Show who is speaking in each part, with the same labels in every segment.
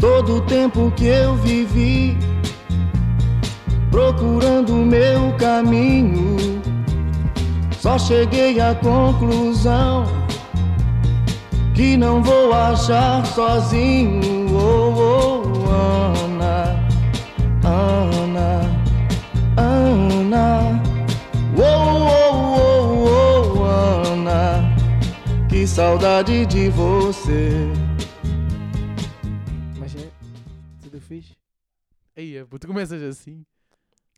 Speaker 1: todo o tempo que eu vivi procurando o meu caminho. Só cheguei à conclusão que não vou achar sozinho. Oh, oh, Ana, Ana, Ana. Oh, oh, oh, oh, Ana, que saudade de você.
Speaker 2: Mas é tudo fixe.
Speaker 3: Aí, é, tu começas assim.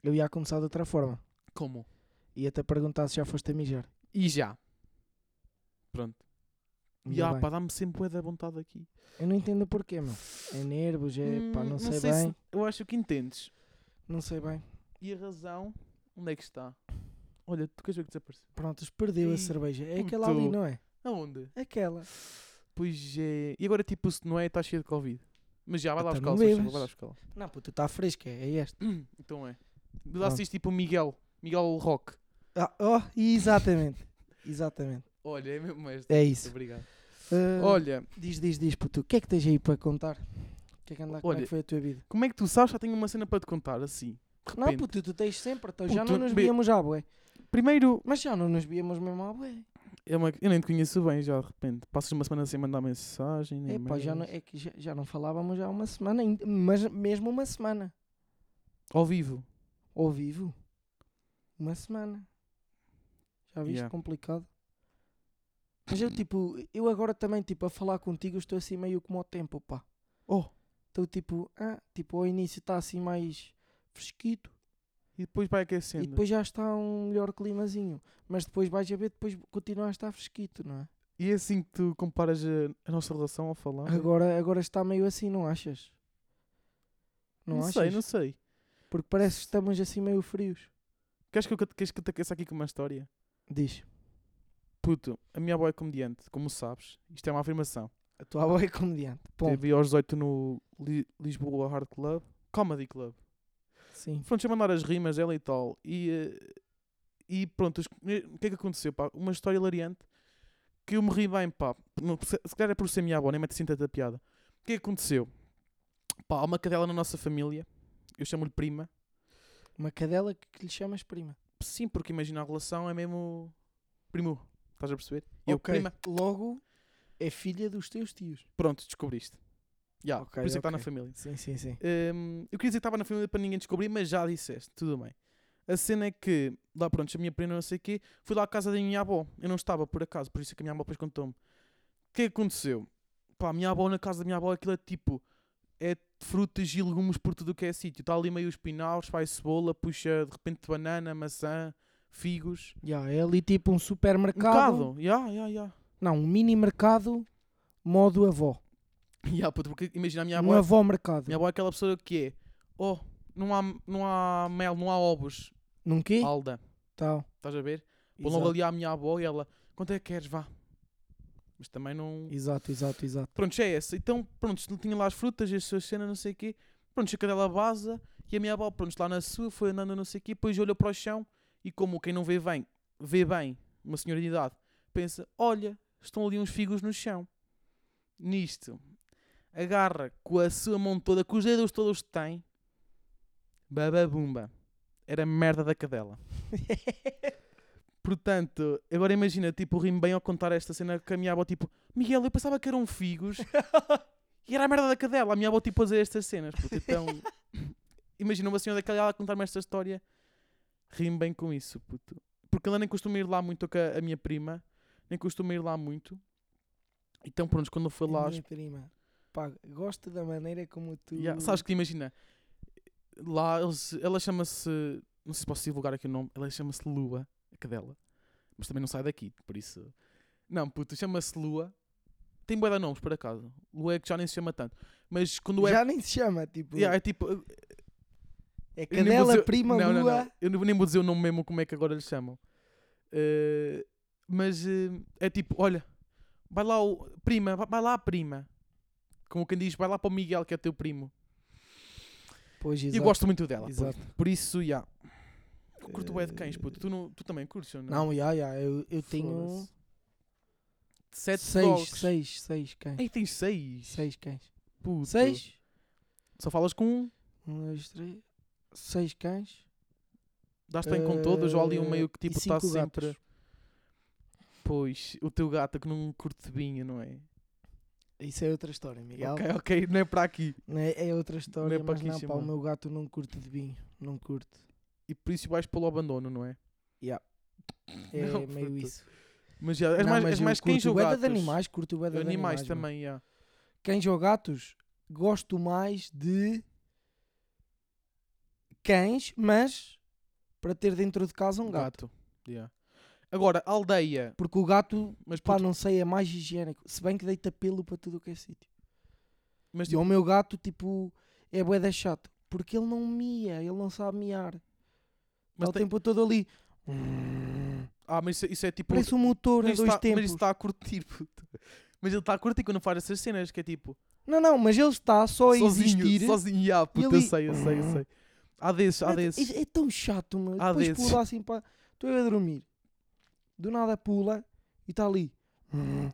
Speaker 2: Eu ia começar de outra forma.
Speaker 3: Como?
Speaker 2: Ia-te perguntar se já foste a mijar.
Speaker 3: E já. Pronto.
Speaker 2: Ainda
Speaker 3: E ah,
Speaker 2: bem.
Speaker 3: pá, dá-me sempre bué da vontade aqui.
Speaker 2: Eu não entendo o porquê, meu. É nervos, é pá, não,
Speaker 3: Hum,
Speaker 2: sei, bem.
Speaker 3: Se, eu acho que entendes.
Speaker 2: Não sei bem.
Speaker 3: E a razão, onde é que está? Olha, tu queres ver que desapareceu?
Speaker 2: Prontos, perdeu
Speaker 3: Ih,
Speaker 2: a cerveja. É aquela
Speaker 3: puto.
Speaker 2: ali, não é?
Speaker 3: Aonde?
Speaker 2: Aquela.
Speaker 3: Pois é. E agora, tipo, se não é, está cheio de Covid. Mas já, vai lá
Speaker 2: Então
Speaker 3: buscar,
Speaker 2: não
Speaker 3: vai
Speaker 2: bebas.
Speaker 3: lá buscar.
Speaker 2: Não, puto, está fresca, é esta.
Speaker 3: Então é. Lá
Speaker 2: Pronto.
Speaker 3: assiste tipo o Miguel. Miguel Rock.
Speaker 2: Ah, oh, exatamente. exatamente.
Speaker 3: Olha, é mesmo esta.
Speaker 2: É isso.
Speaker 3: Obrigado.
Speaker 2: Ah,
Speaker 3: Olha,
Speaker 2: Diz, diz, diz, puto, o que é que tens aí para contar? O que é que anda, como é
Speaker 3: Olha,
Speaker 2: que foi a tua vida?
Speaker 3: como é que tu sabes? Já tenho uma cena para te contar, assim. De
Speaker 2: Não,
Speaker 3: repente.
Speaker 2: puto, tu tens sempre, então já
Speaker 3: Puto,
Speaker 2: não nos
Speaker 3: be-
Speaker 2: víamos à bué.
Speaker 3: Primeiro,
Speaker 2: Mas já não nos víamos mesmo à bué.
Speaker 3: é uma- eu nem te conheço bem já, de repente. Passas uma semana sem mandar mensagem, nem
Speaker 2: É pá, já não,
Speaker 3: mails.
Speaker 2: é que já, já não falávamos já há uma semana, ainda- mas mesmo uma semana.
Speaker 3: Ao vivo.
Speaker 2: Ao vivo. Uma semana. Já viste?
Speaker 3: Yeah.
Speaker 2: Complicado. Mas eu tipo, eu agora também tipo a falar contigo estou assim meio como ao tempo, pá.
Speaker 3: Oh,
Speaker 2: Estou tipo, ah, tipo ao início está assim mais fresquito.
Speaker 3: e depois vai
Speaker 2: E
Speaker 3: aquecendo.
Speaker 2: depois já está um melhor climazinho. Mas depois vais a ver, depois continua a estar fresquito, não é?
Speaker 3: E é assim que tu comparas a, a nossa relação ao falar?
Speaker 2: Agora, agora está meio assim, não achas? Não, achas?
Speaker 3: sei, não sei.
Speaker 2: Porque parece que estamos assim meio frios.
Speaker 3: Queres que eu te- queres que eu te aqueça aqui com uma história?
Speaker 2: Diz,
Speaker 3: Puto, a minha avó é comediante, como sabes. Isto é uma afirmação.
Speaker 2: a tua avó é comediante. Bom,
Speaker 3: Teve aos 18 no Li- Lisboa Hard Club. Comedy Club.
Speaker 2: sim.
Speaker 3: Pronto, já mandaram as rimas, ela e tal. E, eh, e pronto, os- o que é que aconteceu, pá? Uma história hilariante que eu me ri bem, pá. Não- Se se calhar é por ser minha avó, nem mete assim tanta piada. O que é que aconteceu? Pá, há uma cadela na nossa família. Eu chamo-lhe prima.
Speaker 2: Uma cadela que, que lhe chamas prima.
Speaker 3: Sim, porque imagina a relação é mesmo... Primo, estás a perceber? E Eu,
Speaker 2: Ok,
Speaker 3: prima.
Speaker 2: Logo, é filha dos teus tios.
Speaker 3: Pronto, descobriste. Já,
Speaker 2: Ok,
Speaker 3: por isso é que está na
Speaker 2: ok.
Speaker 3: família.
Speaker 2: Sim, sim, sim.
Speaker 3: Hum, eu queria dizer que estava na família para ninguém descobrir, mas já disseste, tudo bem. A cena é que, lá pronto, a minha prima não sei o quê, fui lá à casa da minha avó. Eu não estava, por acaso, por isso é que a minha avó depois contou-me. O que é que aconteceu? Pá, a minha avó, na casa da minha avó, aquilo é tipo, é frutas e legumes por tudo o que é sítio. Está ali meio os pinaus, vai cebola, puxa de repente banana, maçã, figos.
Speaker 2: Já, é ali tipo um
Speaker 3: Um
Speaker 2: supermercado.
Speaker 3: bocado, já, já, já.
Speaker 2: Não, um mini mercado, modo avó.
Speaker 3: Já, puto, porque imagina a minha
Speaker 2: um
Speaker 3: avó.
Speaker 2: avó mercado.
Speaker 3: Minha avó é aquela pessoa que é, oh, não há, não há mel, não há ovos,
Speaker 2: Num quê?
Speaker 3: Alda.
Speaker 2: Tal.
Speaker 3: Estás a ver? Vou logo
Speaker 2: Exato.
Speaker 3: ali à minha avó e ela, quanto é que queres, vá. Mas também não.
Speaker 2: exato, exato, exato.
Speaker 3: Pronto, já é essa. Então, pronto, não tinha lá as frutas, as suas cenas, não sei o quê. Pronto, a cadela vaza e a minha avó, pronto, lá na sua, foi andando, não sei o quê. Depois olha para o chão e, como quem não vê bem, vê bem, uma senhora de idade, pensa: olha, estão ali uns figos no chão. Nisto, agarra com a sua mão toda, com os dedos todos que tem, bababumba. Era merda da cadela. Portanto, agora imagina, tipo, rimo bem ao contar esta cena que a minha avó, tipo, Miguel, eu pensava que eram figos e era a merda da cadela. A minha avó, tipo, a dizer estas cenas. Puto, então, imagina uma senhora daquela a contar-me esta história, rimo bem com isso, puto. Porque ela nem costuma ir lá muito com a, a minha prima, nem costuma ir lá muito. Então, pronto, quando foi lá,
Speaker 2: A minha prima. Pá, gosto da maneira como tu.
Speaker 3: Yeah, sabes que imagina, lá eles, ela chama-se, não sei se posso divulgar aqui o nome, ela chama-se Lua, a cadela, mas também não sai daqui, por isso. Não, puto, chama-se Lua. Tem bué de nomes, por acaso. Lua é que já nem se chama tanto. Mas quando é.
Speaker 2: Já nem se chama, tipo.
Speaker 3: Yeah, é tipo. eu-
Speaker 2: É
Speaker 3: eu nem vou
Speaker 2: cadela,
Speaker 3: dizer-
Speaker 2: prima,
Speaker 3: não, não,
Speaker 2: lua.
Speaker 3: não. Eu nem vou dizer o nome mesmo, como é que agora lhe chamam. Eh, mas eh, é tipo, olha, vai lá, o, prima, vai- vai lá, prima. Como quem diz, vai lá para o Miguel, que é teu primo.
Speaker 2: Pois,
Speaker 3: E
Speaker 2: exato.
Speaker 3: eu gosto muito dela. puto.
Speaker 2: Exato.
Speaker 3: Por isso, já. Eu Curto bué de cães, puto. Tu, não, tu também curtes ou não?
Speaker 2: Não, já, já. Eu, eu tenho
Speaker 3: Foda-se. Sete
Speaker 2: seis,
Speaker 3: dogs.
Speaker 2: seis, seis cães.
Speaker 3: Ei, tens seis.
Speaker 2: Seis cães.
Speaker 3: Puto.
Speaker 2: Seis?
Speaker 3: Só falas com um,
Speaker 2: Um, dois, três. Seis cães.
Speaker 3: dás-te bem com todos, ou há ali um
Speaker 2: eh,
Speaker 3: meio que
Speaker 2: e
Speaker 3: tipo está
Speaker 2: cinco
Speaker 3: sempre.
Speaker 2: gatos.
Speaker 3: Pois, o teu gato que não curte vinho, não é?
Speaker 2: Isso é outra história, Miguel.
Speaker 3: Ok, ok, não é para aqui.
Speaker 2: Não é, é outra história,
Speaker 3: para
Speaker 2: mas
Speaker 3: aqui
Speaker 2: não, pá, o
Speaker 3: chamar.
Speaker 2: meu gato não curte de vinho. Não curte.
Speaker 3: E por isso vais pelo abandono, não é?
Speaker 2: É
Speaker 3: Não,
Speaker 2: meio
Speaker 3: puto.
Speaker 2: isso.
Speaker 3: Mas já, és
Speaker 2: Não,
Speaker 3: mais,
Speaker 2: mas
Speaker 3: és
Speaker 2: eu
Speaker 3: mais quem
Speaker 2: curto o
Speaker 3: joga.
Speaker 2: bué de animais, curto o bué de
Speaker 3: Animais,
Speaker 2: animais. mano.
Speaker 3: também, já.
Speaker 2: Cães ou gatos, gosto mais de cães, mas para ter dentro de casa um gato.
Speaker 3: já. Agora, aldeia.
Speaker 2: Porque o gato,
Speaker 3: Mas,
Speaker 2: pá,
Speaker 3: puto,
Speaker 2: não sei, é mais higiênico. Se bem que deita pelo para tudo o que é sítio.
Speaker 3: mas
Speaker 2: E
Speaker 3: tipo,
Speaker 2: o meu gato, tipo, é bué da chato. Porque ele não mia, ele não sabe miar.
Speaker 3: tipo, mas
Speaker 2: Está o
Speaker 3: tem-
Speaker 2: tempo todo ali.
Speaker 3: Ah, mas isso, isso é tipo.
Speaker 2: Parece um motor a
Speaker 3: mas isso
Speaker 2: dois
Speaker 3: tá- Mas
Speaker 2: tempos.
Speaker 3: isso está a curtir, puto. Mas ele está a curtir quando faz essas cenas, que é tipo.
Speaker 2: Não, não, mas ele está só a
Speaker 3: sozinho,
Speaker 2: existir.
Speaker 3: sozinho, já, puto,
Speaker 2: ele-
Speaker 3: eu sei, eu sei, eu sei. Há desses, há
Speaker 2: Mas
Speaker 3: desses.
Speaker 2: isso É tão chato, mano.
Speaker 3: Há
Speaker 2: Depois
Speaker 3: desses.
Speaker 2: pula assim para. Estou eu a dormir. Do nada pula e está ali.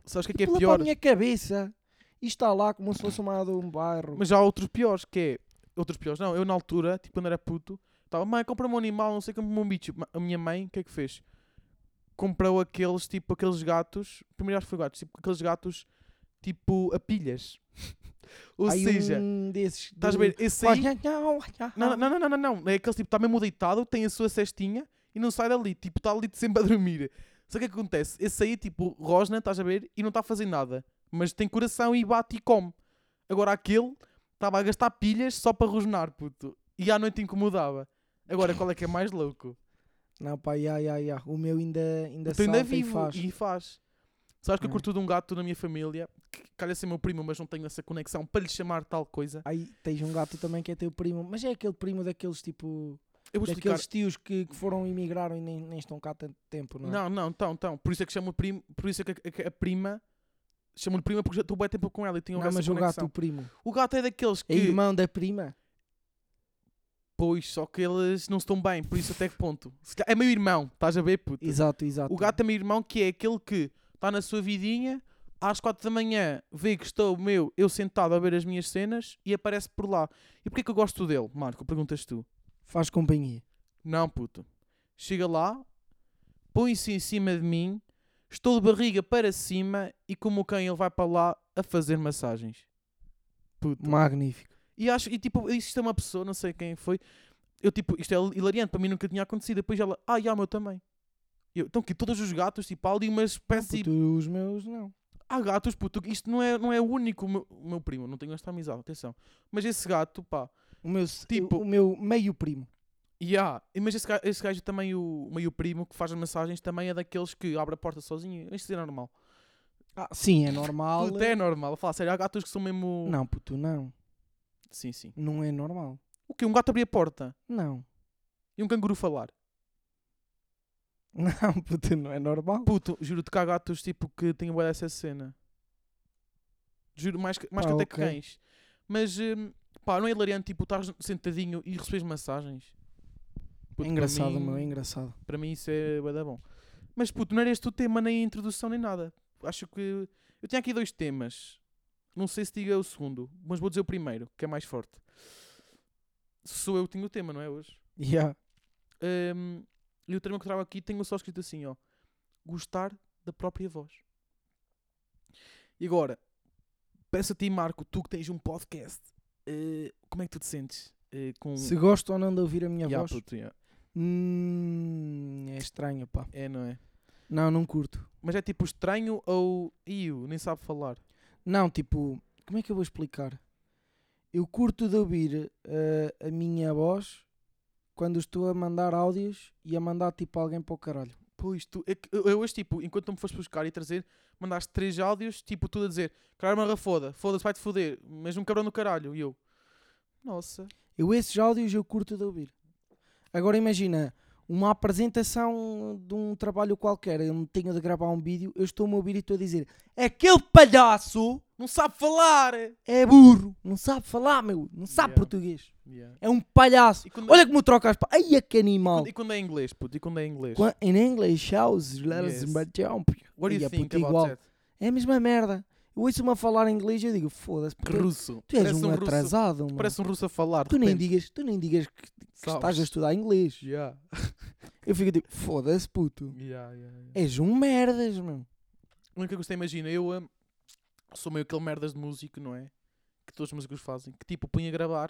Speaker 3: Sabes o que é que
Speaker 2: E
Speaker 3: é
Speaker 2: pula
Speaker 3: pior?
Speaker 2: para a minha cabeça. E está lá como se fosse uma de um bairro.
Speaker 3: Mas já há outros piores, que é. Outros piores, não. Eu na altura, tipo, quando era puto, estava, mãe, compra-me um animal, não sei, compra-me um bicho. Ma- A minha mãe, o que é que fez? Comprou aqueles, tipo, aqueles gatos. Primeiro acho que foi gatos, tipo, aqueles gatos, tipo, a pilhas. Ou
Speaker 2: Aí
Speaker 3: seja,
Speaker 2: um desses.
Speaker 3: estás a
Speaker 2: do-
Speaker 3: ver? Esse
Speaker 2: Faz
Speaker 3: aí.
Speaker 2: nha, nha, nha.
Speaker 3: Não, não, não, não, não, não. É aquele tipo, está mesmo deitado, tem a sua cestinha e não sai dali. Tipo, está ali sempre a dormir. Só que o que acontece? Esse aí, tipo, rosna, estás a ver, e não está a fazer nada. Mas tem coração e bate e come. Agora aquele estava a gastar pilhas só para rosnar, puto. E à noite incomodava. Agora, qual é que é mais louco?
Speaker 2: Não, pá, ia, ia, ia. O meu ainda, ainda
Speaker 3: Tu ainda é
Speaker 2: salta e
Speaker 3: vivo
Speaker 2: faz.
Speaker 3: e faz. Sabes que eu
Speaker 2: É.
Speaker 3: curto de um gato na minha família, que calha ser meu primo, mas não tenho essa conexão para lhe chamar tal coisa.
Speaker 2: Aí tens um gato também que é teu primo. Mas é aquele primo daqueles tipo.
Speaker 3: Eu vou explicar.
Speaker 2: Daqueles tios que, que foram e emigraram e nem, nem estão cá tanto tempo, não é?
Speaker 3: Não, não, então, então. Por isso é que chamo primo, por isso é que a, a- a prima chamo-lhe prima porque já estou bem tempo com ela e tenho
Speaker 2: Não,
Speaker 3: essa
Speaker 2: mas o gato,
Speaker 3: conexão.
Speaker 2: o primo.
Speaker 3: O gato é daqueles que
Speaker 2: É irmão da prima?
Speaker 3: pois, só que eles não estão bem, por isso até que ponto? Se calhar- é meu irmão, estás a ver, puto?
Speaker 2: Exato, exato.
Speaker 3: O gato é meu irmão que é aquele que está na sua vidinha, às quatro da manhã vê que estou meu, eu sentado a ver as minhas cenas e aparece por lá. E porquê que eu gosto dele, Marco? Perguntas tu.
Speaker 2: Faz companhia.
Speaker 3: Não, puto. Chega lá, põe-se em cima de mim, estou de barriga para cima e como quem ele vai para lá a fazer massagens. Puto.
Speaker 2: Magnífico.
Speaker 3: E acho, e tipo, isto é uma pessoa, não sei quem foi. Eu tipo, isto é hilariante, para mim nunca tinha acontecido. Depois ela, ah, já, o meu também. Eu, então que todos os gatos, tipo, há ali uma espécie.
Speaker 2: Puto, os meus não.
Speaker 3: Há gatos, puto, que isto não é, não é o único, o meu, o meu primo, não tenho esta amizade, atenção. Mas esse gato, pá,
Speaker 2: O meu,
Speaker 3: Tipo-
Speaker 2: tipo, o meu meio primo.
Speaker 3: E há, e mas esse gajo, esse gajo também, o meio primo que faz as massagens, também é daqueles que abre a porta sozinho. Isto é normal.
Speaker 2: Ah, sim, é normal.
Speaker 3: Puta, é normal. Fala sério, há gatos que são mesmo.
Speaker 2: Não, puto, não.
Speaker 3: Sim, sim.
Speaker 2: Não é normal.
Speaker 3: O quê? Um gato abrir a porta
Speaker 2: Não.
Speaker 3: e um canguru falar.
Speaker 2: Não, puto, não é normal.
Speaker 3: Puto, juro-te que há gatos tipo que têm boa essa cena. Juro, mais que, mais
Speaker 2: Ah,
Speaker 3: que até
Speaker 2: ok.
Speaker 3: que cães. Mas, hum, pá, não é hilariante tipo, estás sentadinho e recebes massagens. Puto,
Speaker 2: é engraçado,
Speaker 3: para mim,
Speaker 2: meu, é engraçado.
Speaker 3: Para mim isso é bué da bom. Mas puto, não era este o tema, nem a introdução, nem nada. Acho que. Eu tinha aqui dois temas. Não sei se diga o segundo, mas vou dizer o primeiro, que é mais forte. Sou eu que tenho o tema, não é hoje?
Speaker 2: Yeah.
Speaker 3: Ahm, e o tema que trago aqui tenho só escrito assim, ó. Gostar da própria voz. E agora, peço a ti, Marco, tu que tens um podcast, eh, como é que tu te sentes? eh, com...
Speaker 2: Se gosto ou não de ouvir a minha
Speaker 3: Yeah,
Speaker 2: voz,
Speaker 3: puto, yeah.
Speaker 2: hum, é estranho, pá.
Speaker 3: É, não é?
Speaker 2: Não, não curto.
Speaker 3: Mas é tipo estranho ou. Iu, nem sabe falar.
Speaker 2: Não, tipo, como é que eu vou explicar? Eu curto de ouvir eh, a minha voz quando estou a mandar áudios e a mandar tipo alguém para o caralho.
Speaker 3: Pois, tu, é que eu eu hoje, tipo, enquanto tu me foste buscar e trazer, mandaste três áudios, tipo, tudo a dizer, caralho, marra foda, foda-se, vai-te foder, mas um cabrão do caralho, e eu, nossa,
Speaker 2: Eu esses áudios eu curto de ouvir. Agora imagina, uma apresentação de um trabalho qualquer, eu não tenho de gravar um vídeo, eu estou-me a ouvir e estou a dizer aquele palhaço
Speaker 3: não sabe falar!
Speaker 2: é burro, não sabe falar, meu, não sabe
Speaker 3: Yeah.
Speaker 2: português.
Speaker 3: Yeah.
Speaker 2: É um palhaço.
Speaker 3: E quando-
Speaker 2: Olha como troca as pa... Ai, que animal.
Speaker 3: E quando é inglês, puto, e quando é inglês?
Speaker 2: Quan- In English, house, let us
Speaker 3: Yes.
Speaker 2: jump.
Speaker 3: What do you
Speaker 2: Ia,
Speaker 3: think
Speaker 2: puto,
Speaker 3: about
Speaker 2: igual.
Speaker 3: that?
Speaker 2: É a mesma merda. Eu ouço-me a falar inglês e eu digo, foda-se,
Speaker 3: Que
Speaker 2: porque
Speaker 3: russo.
Speaker 2: tu és
Speaker 3: Parece
Speaker 2: um,
Speaker 3: russo-
Speaker 2: atrasado, mano.
Speaker 3: Parece um russo a falar. de
Speaker 2: Tu nem,
Speaker 3: repente.
Speaker 2: digas, tu nem digas que, que
Speaker 3: Sabes?
Speaker 2: estás a estudar inglês.
Speaker 3: Yeah.
Speaker 2: Eu fico tipo, foda-se, puto.
Speaker 3: Yeah, yeah, yeah.
Speaker 2: És um merdas, meu.
Speaker 3: A única coisa que imagina, eu hum, sou meio aquele merdas de músico, não é? Que todos os músicos fazem. Que tipo, punha a gravar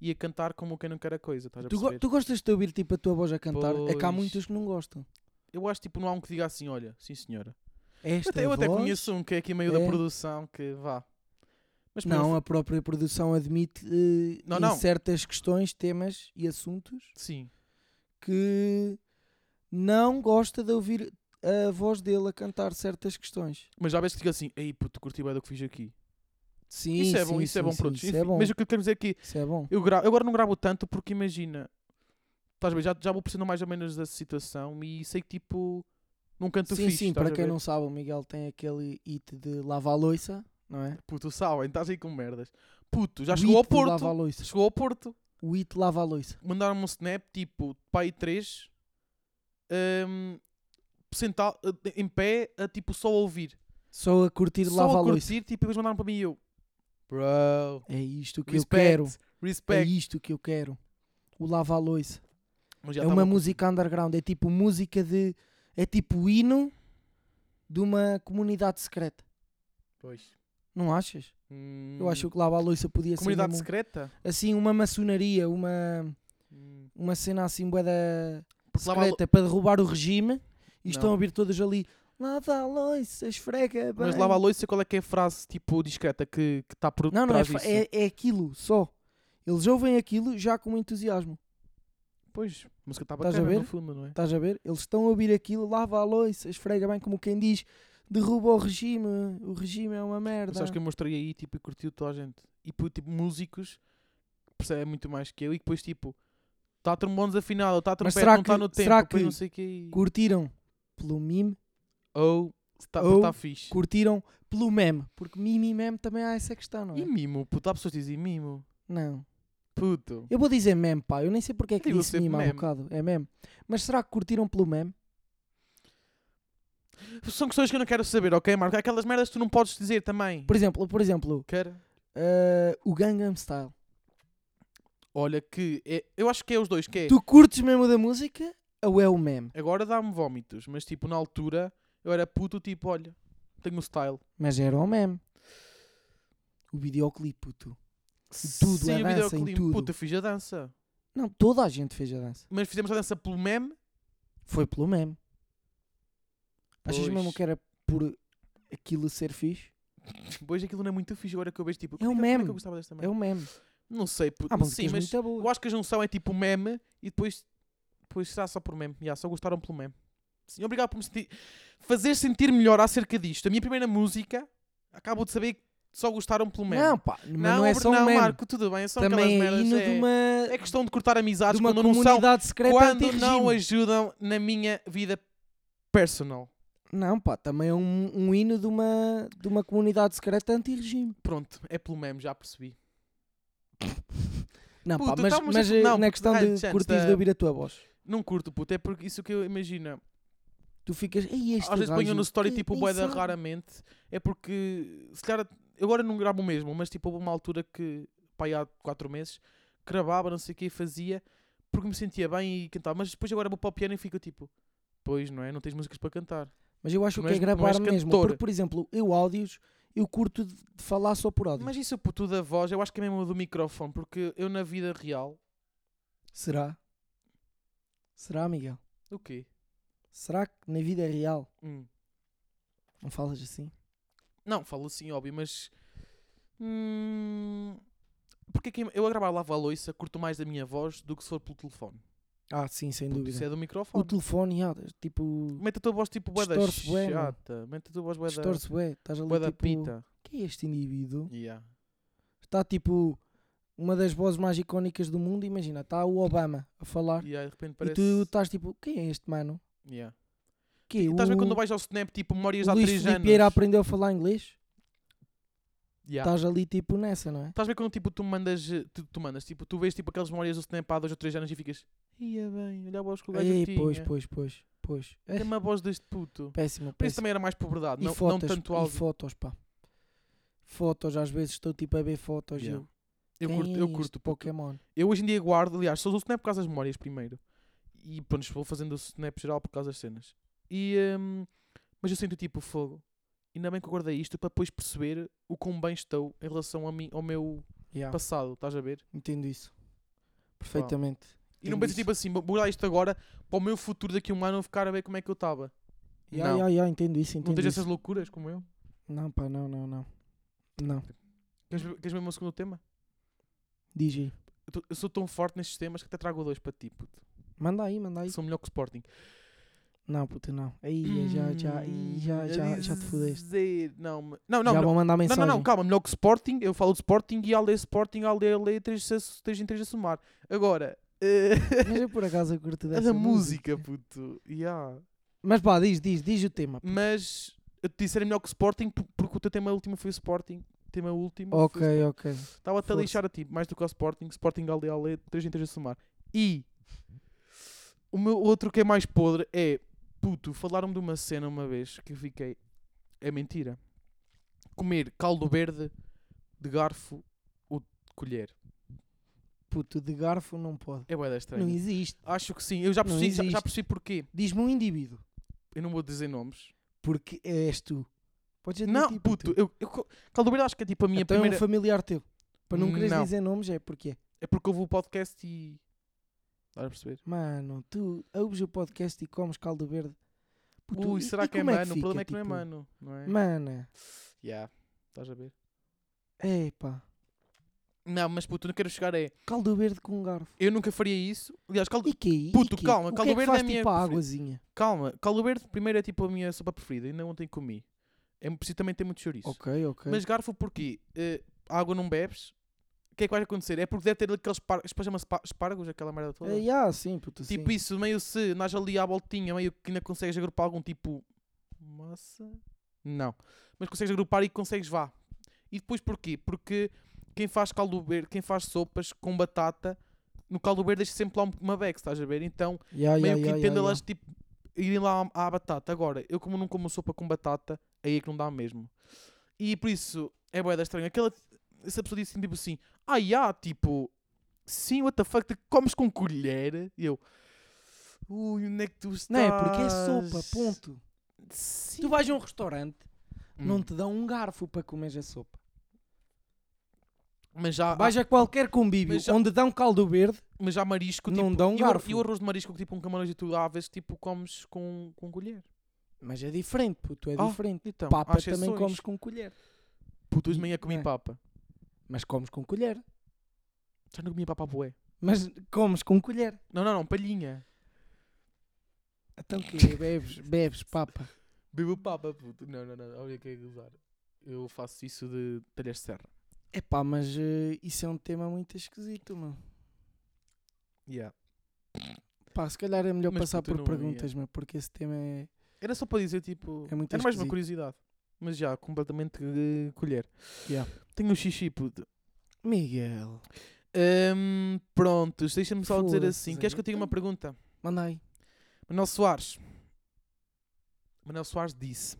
Speaker 3: e a cantar como quem não quer a coisa, estás a
Speaker 2: Tu, go-
Speaker 3: perceber?
Speaker 2: tu gostas de ouvir tipo a tua voz a cantar? É que há
Speaker 3: Pois.
Speaker 2: muitos que não gostam.
Speaker 3: Eu acho tipo, não há um que diga assim, olha, sim senhora.
Speaker 2: Esta
Speaker 3: Até- eu até
Speaker 2: voz-
Speaker 3: conheço um que é aqui meio
Speaker 2: é-
Speaker 3: da produção, que vá. Mas pá, eu
Speaker 2: Não, a própria produção admite eh,
Speaker 3: Não,
Speaker 2: em
Speaker 3: não.
Speaker 2: certas questões, temas e assuntos
Speaker 3: fa- Sim.
Speaker 2: que não gosta de ouvir a voz dele a cantar certas questões.
Speaker 3: Mas já vês que digo assim, ei puto, curti bem do que fiz aqui.
Speaker 2: Sim,
Speaker 3: isso é bom,
Speaker 2: sim,
Speaker 3: isso é
Speaker 2: sim,
Speaker 3: bom,
Speaker 2: sim,
Speaker 3: pronto.
Speaker 2: Isso é
Speaker 3: Enfim,
Speaker 2: bom.
Speaker 3: Mas o que eu quero dizer aqui,
Speaker 2: Isso é bom.
Speaker 3: eu, gra- eu agora não gravo tanto porque imagina, estás a ver, já, já vou percebendo mais ou menos da situação e sei que tipo, num canto
Speaker 2: sim,
Speaker 3: fixe,
Speaker 2: sim,
Speaker 3: estás
Speaker 2: para
Speaker 3: a
Speaker 2: quem
Speaker 3: ver?
Speaker 2: não sabe, o Miguel tem aquele hit de lava a loiça, não é?
Speaker 3: Puto, sabem, estás aí com merdas. Puto, já
Speaker 2: O
Speaker 3: chegou
Speaker 2: hit
Speaker 3: ao
Speaker 2: de
Speaker 3: Porto.
Speaker 2: Lava a loiça.
Speaker 3: Chegou ao Porto.
Speaker 2: O hit lava a loiça.
Speaker 3: Mandaram-me um snap, tipo, pai 3. sentado, eh, em pé, a, tipo, só a ouvir.
Speaker 2: Só a curtir
Speaker 3: só
Speaker 2: lava a
Speaker 3: a
Speaker 2: loiça.
Speaker 3: curtir, tipo, eles mandaram para mim e eu... Bro,
Speaker 2: É isto que
Speaker 3: respect,
Speaker 2: eu quero. É
Speaker 3: respect.
Speaker 2: isto que eu quero. O lava a loiça.
Speaker 3: Mas já tá
Speaker 2: É
Speaker 3: tava
Speaker 2: uma
Speaker 3: com-
Speaker 2: música underground. É tipo música de. É tipo o hino de uma comunidade secreta.
Speaker 3: Pois.
Speaker 2: Não achas? Eu
Speaker 3: Hum.
Speaker 2: acho que é Lava a Loiça podia
Speaker 3: Comunidade
Speaker 2: ser mesmo-
Speaker 3: secreta?
Speaker 2: assim uma maçonaria, uma,
Speaker 3: Hum.
Speaker 2: uma cena assim boeda
Speaker 3: Lava a lo-
Speaker 2: secreta para derrubar o regime e
Speaker 3: Não.
Speaker 2: estão a vir todos ali. Lava a Loiça, esfrega bem.
Speaker 3: Mas lava a loiça, qual é que é a frase, tipo, discreta que está por
Speaker 2: Não, não, é,
Speaker 3: trás
Speaker 2: fa-
Speaker 3: disso?
Speaker 2: é, é aquilo só. Eles ouvem aquilo já com entusiasmo.
Speaker 3: Pois, a música está
Speaker 2: Estás a
Speaker 3: bacana no
Speaker 2: ver?
Speaker 3: fundo, não é?
Speaker 2: Estás a ver? Eles estão a ouvir aquilo, lava a loiça, esfrega bem, como quem diz, derruba o regime, o regime é uma merda.
Speaker 3: Mas sabes que eu mostrei aí tipo, e curtiu toda a gente. E pô, tipo, músicos percebem muito mais que eu e depois tipo está a trombone desafinado, está a trompete,
Speaker 2: Mas será
Speaker 3: não está
Speaker 2: que-
Speaker 3: no tempo,
Speaker 2: será
Speaker 3: depois
Speaker 2: que
Speaker 3: não sei o quê.
Speaker 2: Curtiram pelo meme,
Speaker 3: Ou está
Speaker 2: Ou-
Speaker 3: tá fixe.
Speaker 2: curtiram pelo meme, porque meme e meme também há essa questão, não é?
Speaker 3: E mimo, puto, há pessoas que dizem mimo.
Speaker 2: Não.
Speaker 3: Puto.
Speaker 2: Eu vou dizer meme, pá. Eu nem sei porque é que
Speaker 3: Digo
Speaker 2: disse
Speaker 3: sempre
Speaker 2: meme há
Speaker 3: meme.
Speaker 2: bocado. É meme. Mas será que curtiram pelo meme?
Speaker 3: São questões que eu não quero saber, ok, Marco? Há Aquelas merdas que tu não podes dizer também.
Speaker 2: Por exemplo, por exemplo
Speaker 3: Quero.
Speaker 2: eh, o Gangnam Style.
Speaker 3: Olha que é- eu acho que é os dois, que é.
Speaker 2: Tu curtes mesmo da música ou é o meme?
Speaker 3: Agora dá-me vómitos, mas tipo, na altura eu era puto, tipo, olha, tenho um style.
Speaker 2: Mas era o meme. O videoclipe, puto. tudo, a
Speaker 3: o
Speaker 2: dança, em
Speaker 3: videoclipe,
Speaker 2: tudo.
Speaker 3: Puto, eu fiz a dança.
Speaker 2: Não, toda a gente fez a dança.
Speaker 3: Mas fizemos a dança pelo meme
Speaker 2: Foi pelo meme. Achas
Speaker 3: Pois.
Speaker 2: mesmo que era por aquilo ser fixe?
Speaker 3: Pois aquilo não é muito fixe agora que eu vejo tipo.
Speaker 2: É um
Speaker 3: como que- como
Speaker 2: meme. Ah,
Speaker 3: que eu gostava desta
Speaker 2: É
Speaker 3: merda?
Speaker 2: o meme.
Speaker 3: Não sei, puto.
Speaker 2: Há
Speaker 3: sim,
Speaker 2: músicas
Speaker 3: mas
Speaker 2: muito boas.
Speaker 3: eu acho que a junção é tipo meme e depois. Depois será só por meme. Já, só gostaram pelo meme. Sim, obrigado por me sentir. Fazer sentir melhor acerca disto. A minha primeira música, acabo de saber que só gostaram pelo meme.
Speaker 2: Não, pá. Mas não, é
Speaker 3: obri-
Speaker 2: só um meme.
Speaker 3: Marco, tudo bem. São
Speaker 2: Também é
Speaker 3: aquelas merdas.
Speaker 2: hino
Speaker 3: é...
Speaker 2: de uma,
Speaker 3: é questão de cortar amizades
Speaker 2: de uma
Speaker 3: quando não são.
Speaker 2: comunidade secreta
Speaker 3: Quando
Speaker 2: anti-regime.
Speaker 3: não ajudam na minha vida personal.
Speaker 2: Não, pá, também é um, um hino de uma, de uma comunidade secreta anti-regime.
Speaker 3: Pronto, é pelo meme, já percebi.
Speaker 2: Não, pá,
Speaker 3: Puto,
Speaker 2: mas,
Speaker 3: estamos a-
Speaker 2: mas eh,
Speaker 3: então, tipo, não,
Speaker 2: na
Speaker 3: puto,
Speaker 2: questão de
Speaker 3: antes, antes
Speaker 2: curtires
Speaker 3: da-
Speaker 2: de ouvir a tua voz,
Speaker 3: Não curto, puto. É porque isso que eu imagino.
Speaker 2: tu ficas. Ei, este
Speaker 3: às vezes
Speaker 2: gajo,
Speaker 3: ponho no story
Speaker 2: que
Speaker 3: tipo
Speaker 2: nem
Speaker 3: boeda
Speaker 2: sabe."
Speaker 3: raramente é porque se calhar eu agora não gravo mesmo mas tipo houve uma altura que pá, há 4 meses gravava não sei o que fazia porque me sentia bem e cantava mas depois agora vou para o piano e fico tipo pois não é não tens músicas para cantar
Speaker 2: Mas eu acho
Speaker 3: Tu
Speaker 2: que
Speaker 3: não
Speaker 2: é
Speaker 3: és- não
Speaker 2: gravar
Speaker 3: és
Speaker 2: mesmo.
Speaker 3: cantor.
Speaker 2: Porque, por exemplo, eu áudios, eu curto de, de falar só por áudio.
Speaker 3: mas isso por tudo da voz eu acho que é mesmo do microfone porque eu na vida real
Speaker 2: Será? Será, Miguel?
Speaker 3: o quê
Speaker 2: Será que na vida real
Speaker 3: Hum.
Speaker 2: não falas assim?
Speaker 3: não falo assim óbvio mas hum, porque é que eu a gravar lava a loiça curto mais da minha voz do que se for pelo telefone
Speaker 2: Ah, sim, sem
Speaker 3: Puto, isso
Speaker 2: dúvida.
Speaker 3: é do
Speaker 2: O
Speaker 3: microfone
Speaker 2: telefone, ah, tipo.
Speaker 3: Mete a tua voz tipo bué da
Speaker 2: Distorce bué, meu.
Speaker 3: chata. Mete a tua voz bué da-
Speaker 2: Distorce, ué. Estás ali
Speaker 3: bué da
Speaker 2: tipo.
Speaker 3: pita.
Speaker 2: Quem é este indivíduo?
Speaker 3: Yeah.
Speaker 2: está tipo uma das vozes mais icónicas do mundo. Imagina, está o Obama a falar
Speaker 3: E aí, de repente
Speaker 2: e
Speaker 3: parece...
Speaker 2: tu estás tipo, quem é este mano?
Speaker 3: Yeah.
Speaker 2: Que é
Speaker 3: Estás a ver
Speaker 2: o-
Speaker 3: quando vais ao Snap, tipo, memórias
Speaker 2: o
Speaker 3: há
Speaker 2: Luís
Speaker 3: 3
Speaker 2: Filipe
Speaker 3: anos.
Speaker 2: Vieira aprendeu a falar inglês?
Speaker 3: Yeah.
Speaker 2: Estás ali tipo nessa, não é?
Speaker 3: Estás a ver quando tipo, tu mandas, eh, tu, tu mandas, tipo, tu vês tipo aquelas memórias do Snap há 2 ou 3 anos e ficas, ia bem, olha a voz que o gajo
Speaker 2: Ei,
Speaker 3: tinha.
Speaker 2: pois, pois, pois, pois. É,
Speaker 3: Tem uma voz deste puto.
Speaker 2: péssimo,
Speaker 3: Por isso
Speaker 2: péssimo.
Speaker 3: também era mais pobredade,
Speaker 2: E
Speaker 3: não,
Speaker 2: fotos,
Speaker 3: não tanto
Speaker 2: e
Speaker 3: áudio.
Speaker 2: fotos, pá. fotos, às vezes estou tipo a ver fotos e
Speaker 3: Yeah.
Speaker 2: eu.
Speaker 3: Eu
Speaker 2: "Quem
Speaker 3: curto,
Speaker 2: é
Speaker 3: eu
Speaker 2: este
Speaker 3: curto puto.
Speaker 2: Pokémon.
Speaker 3: Eu hoje em dia guardo, aliás, só uso o Snap por causa das memórias primeiro. E pronto, vou fazendo o Snap geral por causa das cenas. E, hum, mas eu sinto tipo fogo. Ainda bem que eu guardei isto para depois perceber o quão bem estou em relação a mim, ao meu
Speaker 2: Yeah,
Speaker 3: passado, estás a ver?
Speaker 2: Entendo isso. Perfeitamente.
Speaker 3: E não
Speaker 2: Entendo
Speaker 3: penso
Speaker 2: isso.
Speaker 3: tipo assim, vou guardar isto agora para o meu futuro daqui a um ano eu ficar a ver como é que eu estava.
Speaker 2: Yeah,
Speaker 3: não,
Speaker 2: yeah, yeah, entendo isso,
Speaker 3: não
Speaker 2: entendo
Speaker 3: tens
Speaker 2: isso.
Speaker 3: essas loucuras como eu.
Speaker 2: Não, pá, não, não, não. Não,
Speaker 3: Queres, ver- queres mesmo o segundo tema?
Speaker 2: diz aí.
Speaker 3: Eu, tô- eu sou tão forte nestes temas que até trago dois para ti, puto.
Speaker 2: Manda aí, manda aí.
Speaker 3: Sou melhor que o Sporting.
Speaker 2: Não, puto, não. Aí, já, já, aí, já, já, já te fudeste.
Speaker 3: Dizer- Não, me- não, Hum, não,
Speaker 2: já
Speaker 3: melhor-
Speaker 2: vou mandar
Speaker 3: não,
Speaker 2: mensagem.
Speaker 3: não, não, calma, melhor que Sporting, eu falo de Sporting e Aldeia Sporting, Aldeia Aldeia 3 em 3 a somar. Agora, eh,
Speaker 2: Mas eu por acaso eu curto
Speaker 3: a
Speaker 2: dessa
Speaker 3: É da música, puto, yeah.
Speaker 2: Mas pá, diz, diz, diz o tema. pá.
Speaker 3: mas eu te disse era melhor que Sporting por- porque o teu tema último foi o Sporting, tema último.
Speaker 2: Ok, ok.
Speaker 3: Estava até a
Speaker 2: força.
Speaker 3: lixar a ti, mais do que ao Sporting, Sporting Aldeia Aldeia 3 em 3 a somar. E o meu outro que é mais podre é, puto, falaram-me de uma cena uma vez que eu fiquei, é mentira. Comer caldo verde de garfo ou de colher.
Speaker 2: Puto, de garfo não pode.
Speaker 3: É bué
Speaker 2: Não
Speaker 3: estranho.
Speaker 2: existe.
Speaker 3: Acho que sim. Eu já
Speaker 2: Não
Speaker 3: percebi, já, já
Speaker 2: existe.
Speaker 3: percebi porquê.
Speaker 2: Diz-me um indivíduo.
Speaker 3: Eu não vou dizer nomes.
Speaker 2: Porque és tu. Podes dizer
Speaker 3: não,
Speaker 2: tipo,
Speaker 3: puto. Eu, eu, Caldobeira acho que é tipo a minha
Speaker 2: então
Speaker 3: primeira... Hum,
Speaker 2: é um familiar teu. Para não quereres
Speaker 3: Não.
Speaker 2: dizer nomes é porque é.
Speaker 3: É porque eu vou o podcast e... Estás a perceber?
Speaker 2: Mano, tu ouves o podcast e comes caldo verde. Puto,
Speaker 3: Ui,
Speaker 2: e-
Speaker 3: será
Speaker 2: e
Speaker 3: que é
Speaker 2: como
Speaker 3: mano? o
Speaker 2: fica,
Speaker 3: problema é que não é
Speaker 2: tipo,
Speaker 3: mano, não é?
Speaker 2: Mana,
Speaker 3: Yeah. Estás a ver?
Speaker 2: epá.
Speaker 3: Não, mas puto, eu não quero chegar a...
Speaker 2: Caldo verde com garfo.
Speaker 3: Eu nunca faria isso. Aliás, caldo...
Speaker 2: E que é
Speaker 3: Puto,
Speaker 2: e que?
Speaker 3: calma,
Speaker 2: o
Speaker 3: caldo
Speaker 2: que
Speaker 3: verde
Speaker 2: é que faz,
Speaker 3: é a minha
Speaker 2: tipo a
Speaker 3: preferida.
Speaker 2: águazinha?
Speaker 3: calma. Caldo verde primeiro é tipo a minha sopa preferida. Ainda ontem comi. É preciso também ter muito chouriço.
Speaker 2: Ok, ok.
Speaker 3: Mas garfo porquê? Eh, água não bebes? O que é que vai acontecer? É porque deve ter aqueles espar- espar- chama-se espar- espárgos, aquela merda toda.
Speaker 2: Eh, yeah, sim, puto,
Speaker 3: Tipo
Speaker 2: sim.
Speaker 3: isso, meio se nós ali à voltinha, meio que ainda consegues agrupar algum tipo. Massa? Não. Mas consegues agrupar e consegues vá. E depois porquê? Porque quem faz caldo verde, quem faz sopas com batata, no caldo verde deixa sempre lá um- uma beca, estás a ver? Então
Speaker 2: Yeah,
Speaker 3: meio
Speaker 2: yeah,
Speaker 3: que
Speaker 2: yeah,
Speaker 3: entendo
Speaker 2: yeah,
Speaker 3: elas tipo irem lá à à batata. Agora, eu como não como sopa com batata, aí é que não dá mesmo. E por isso é boeda estranha. Aquela essa pessoa disse tipo assim: "Ah, já, tipo, sim, what the fuck, tu comes com colher?" E eu Ui, onde é que tu estás?
Speaker 2: Não é, porque é sopa, ponto.
Speaker 3: Sim.
Speaker 2: Tu vais a um restaurante,
Speaker 3: Hum,
Speaker 2: não te dão um garfo para comer a sopa.
Speaker 3: mas já,
Speaker 2: Vais a qualquer convívio
Speaker 3: Mas já-
Speaker 2: onde dão caldo verde,
Speaker 3: mas já marisco,
Speaker 2: não
Speaker 3: tipo,
Speaker 2: dá um
Speaker 3: e o ar-
Speaker 2: garfo.
Speaker 3: E o arroz de marisco, que tipo um camarões e tu há vezes tipo comes com com colher.
Speaker 2: mas é diferente, puto, é
Speaker 3: Ah,
Speaker 2: diferente.
Speaker 3: Então,
Speaker 2: Papa
Speaker 3: há
Speaker 2: também
Speaker 3: exceções.
Speaker 2: comes com colher.
Speaker 3: Puto, hoje de manhã comi
Speaker 2: Não é?
Speaker 3: papa.
Speaker 2: Mas comes com colher.
Speaker 3: Já não comia papa bué.
Speaker 2: Mas comes com colher.
Speaker 3: Não, não, não, palhinha.
Speaker 2: Então que bebes, bebes, papa.
Speaker 3: Bebo papa, puto. Não, não, não. Olha que é gozar. Eu faço isso de talheres de serra.
Speaker 2: É pá, mas eh, isso é um tema muito esquisito, mano. Pá, se calhar é melhor
Speaker 3: Mas
Speaker 2: passar por
Speaker 3: continua,
Speaker 2: perguntas, meu, porque esse tema é.
Speaker 3: Era só para dizer, tipo...
Speaker 2: É muito
Speaker 3: era mais uma
Speaker 2: esquisito.
Speaker 3: curiosidade. Mas já, completamente de colher.
Speaker 2: Yeah.
Speaker 3: Tenho um xixi, puto.
Speaker 2: Miguel,
Speaker 3: Hum, prontos, deixa-me só dizer
Speaker 2: Foda-se,
Speaker 3: assim.
Speaker 2: Zé.
Speaker 3: Queres que eu tenha uma pergunta?
Speaker 2: manda aí.
Speaker 3: Manuel Soares. Manuel Soares disse...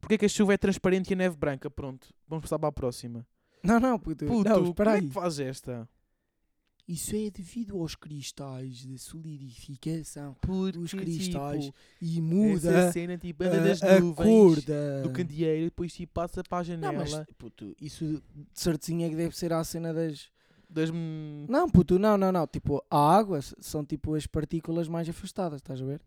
Speaker 3: Porquê que a chuva é transparente e a neve branca? Pronto, vamos passar para a próxima.
Speaker 2: Não, não, puto.
Speaker 3: Puto,
Speaker 2: não,
Speaker 3: como
Speaker 2: espera
Speaker 3: é
Speaker 2: aí.
Speaker 3: que faz esta?
Speaker 2: Isso é devido aos cristais de solidificação
Speaker 3: Porque,
Speaker 2: Os cristais
Speaker 3: tipo,
Speaker 2: e
Speaker 3: Essa
Speaker 2: muda
Speaker 3: cena, tipo, anda das
Speaker 2: a, a
Speaker 3: nuvens.
Speaker 2: cor da.
Speaker 3: do candeeiro e depois tipo passa para a
Speaker 2: Não,
Speaker 3: janela
Speaker 2: mas puto, isso de certinho é que deve ser à cena das.
Speaker 3: das men-
Speaker 2: Não, puto, não, não, não. Tipo, a água s- são tipo as partículas mais afastadas, estás a ver?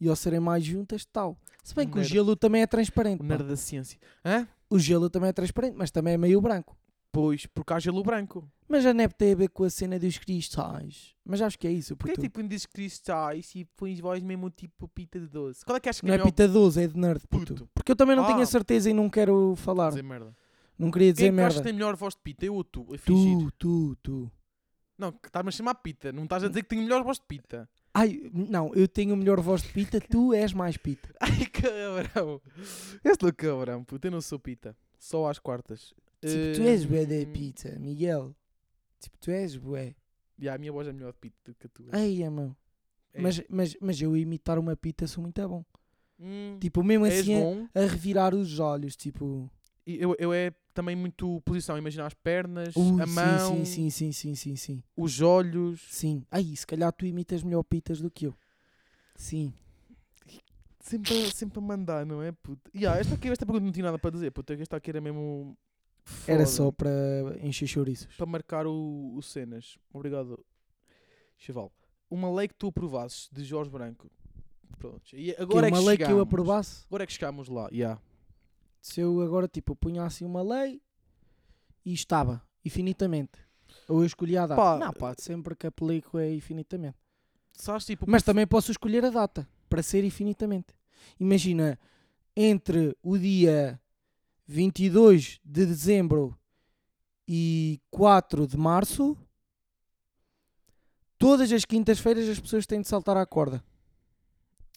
Speaker 2: E ao serem mais juntas, tal. Se bem
Speaker 3: O
Speaker 2: que o
Speaker 3: nerd.
Speaker 2: gelo também é transparente.
Speaker 3: o
Speaker 2: pá.
Speaker 3: um nerd da ciência. Hã?
Speaker 2: O gelo também é transparente, mas também é meio branco.
Speaker 3: Pois, porque há gelo branco.
Speaker 2: Mas a neve tem a ver com a cena dos cristais. Mas acho que é isso,
Speaker 3: Porquê
Speaker 2: puto.
Speaker 3: tipo quando dizes cristais e pões voz mesmo tipo pita de doce? Qual é que achas que
Speaker 2: não é
Speaker 3: melhor
Speaker 2: pita 12, é de nerd, puto.
Speaker 3: Puto.
Speaker 2: Porque eu também não
Speaker 3: Ah.
Speaker 2: tenho a certeza e não quero falar.
Speaker 3: dizer merda?
Speaker 2: Não queria
Speaker 3: Quem
Speaker 2: dizer
Speaker 3: é que achas
Speaker 2: merda.
Speaker 3: que tem melhor voz de pita? Eu ou tu? A fingir?
Speaker 2: Tu, tu, tu.
Speaker 3: Não, que estás-me a chamar pita. Não estás a dizer que tenho melhor voz de pita.
Speaker 2: Ai, não, eu tenho melhor voz de pita, tu és mais pita.
Speaker 3: Ai, cabrão. És louco cabrão, puto. Eu não sou pita. Só às quartas.
Speaker 2: Tipo, tu
Speaker 3: Hum,
Speaker 2: és bué da pita, Miguel. Tipo, tu és bué.
Speaker 3: Ya, a minha voz é melhor de pita do que a tua.
Speaker 2: Ai, mano.
Speaker 3: É.
Speaker 2: Mas, mas, mas eu imitar uma pita sou muito bom.
Speaker 3: Hum,
Speaker 2: Tipo, mesmo
Speaker 3: és
Speaker 2: assim, a,
Speaker 3: bom.
Speaker 2: a revirar os olhos, tipo...
Speaker 3: E eu, eu é também muito posição. Imagina as pernas,
Speaker 2: Ui,
Speaker 3: a mão,
Speaker 2: Sim, sim, sim, sim, sim, sim, sim.
Speaker 3: os olhos.
Speaker 2: Sim. Aí, se calhar tu imitas melhor pitas do que eu. Sim.
Speaker 3: Sempre, a- sempre a mandar, não é? Puto? Yeah, esta, aqui, esta pergunta não tinha nada para dizer. Puto. é Esta aqui era mesmo.
Speaker 2: Era
Speaker 3: foda.
Speaker 2: só para encher chouriços.
Speaker 3: para marcar o, o Cenas. Obrigado, Chaval. Uma lei que tu aprovasses de Jorge Branco. Pronto. E agora
Speaker 2: que
Speaker 3: é
Speaker 2: uma
Speaker 3: que
Speaker 2: lei que
Speaker 3: chegámos.
Speaker 2: eu aprovasse.
Speaker 3: Agora é que chegámos lá. Yeah.
Speaker 2: Se eu agora, tipo, eu punha assim uma lei e estava, infinitamente. Ou eu escolhia a data.
Speaker 3: Pá.
Speaker 2: Não, pá, sempre que aplico é infinitamente.
Speaker 3: Sabes, tipo,
Speaker 2: Mas também posso escolher a data para ser infinitamente. Imagina, entre o dia 22 de dezembro e 4 de março, todas as quintas-feiras as pessoas têm de saltar à corda.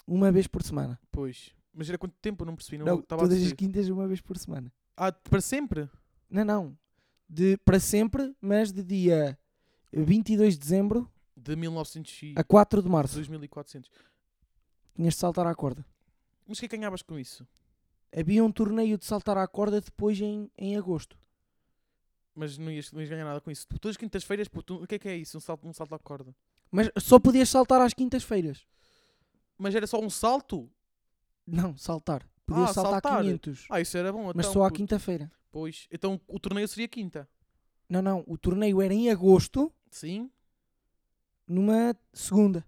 Speaker 2: Uma vez por semana.
Speaker 3: pois. Mas era quanto tempo? Eu Não percebi. Não,
Speaker 2: Não,
Speaker 3: estava a
Speaker 2: todas as
Speaker 3: dizer.
Speaker 2: quintas, uma vez por semana.
Speaker 3: Ah, para sempre?
Speaker 2: Não, não. De, para sempre, mas de dia 22 de dezembro
Speaker 3: De 1900 e
Speaker 2: a 4 de março.
Speaker 3: 2400.
Speaker 2: Tinhas de saltar à corda.
Speaker 3: Mas o que é que ganhavas com isso?
Speaker 2: Havia um torneio de saltar à corda depois em, em agosto.
Speaker 3: Mas não ias, não ias ganhar nada com isso. Todas as quintas-feiras, puto, o que é que é isso? Um salto, um salto à corda.
Speaker 2: Mas só podias saltar às quintas-feiras.
Speaker 3: Mas era só um salto?
Speaker 2: Não, saltar. Podias
Speaker 3: Ah,
Speaker 2: saltar,
Speaker 3: saltar.
Speaker 2: 500.
Speaker 3: Ah, isso era bom.
Speaker 2: mas
Speaker 3: então,
Speaker 2: só à
Speaker 3: puto.
Speaker 2: quinta-feira.
Speaker 3: Pois. Então o torneio seria quinta.
Speaker 2: Não, não. O torneio era em agosto,
Speaker 3: Sim.
Speaker 2: numa segunda.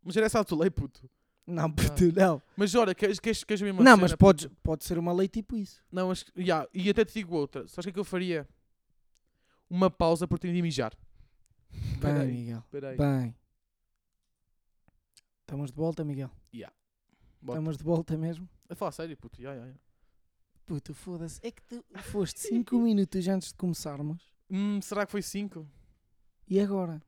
Speaker 3: Mas era essa a tua lei, puto.
Speaker 2: Não, puto, não.
Speaker 3: Mas olha, queres, queres, queres mesmo a
Speaker 2: Não,
Speaker 3: Ah. cena,
Speaker 2: mas
Speaker 3: puto?
Speaker 2: podes, pode ser uma lei tipo isso.
Speaker 3: Não, mas. ya, e até te digo outra. Sabes o que é que eu faria? Uma pausa porque tenho de mijar.
Speaker 2: Bem,
Speaker 3: Peraí,
Speaker 2: Miguel.
Speaker 3: peraí.
Speaker 2: Bem. Estamos de volta, Miguel.
Speaker 3: Ya. Bota.
Speaker 2: Estamos de volta mesmo.
Speaker 3: A falar sério, puto. ya, ya, ya.
Speaker 2: Puto, foda-se. É que tu foste 5 minutos antes de começarmos.
Speaker 3: Hum, será que foi 5?
Speaker 2: E agora?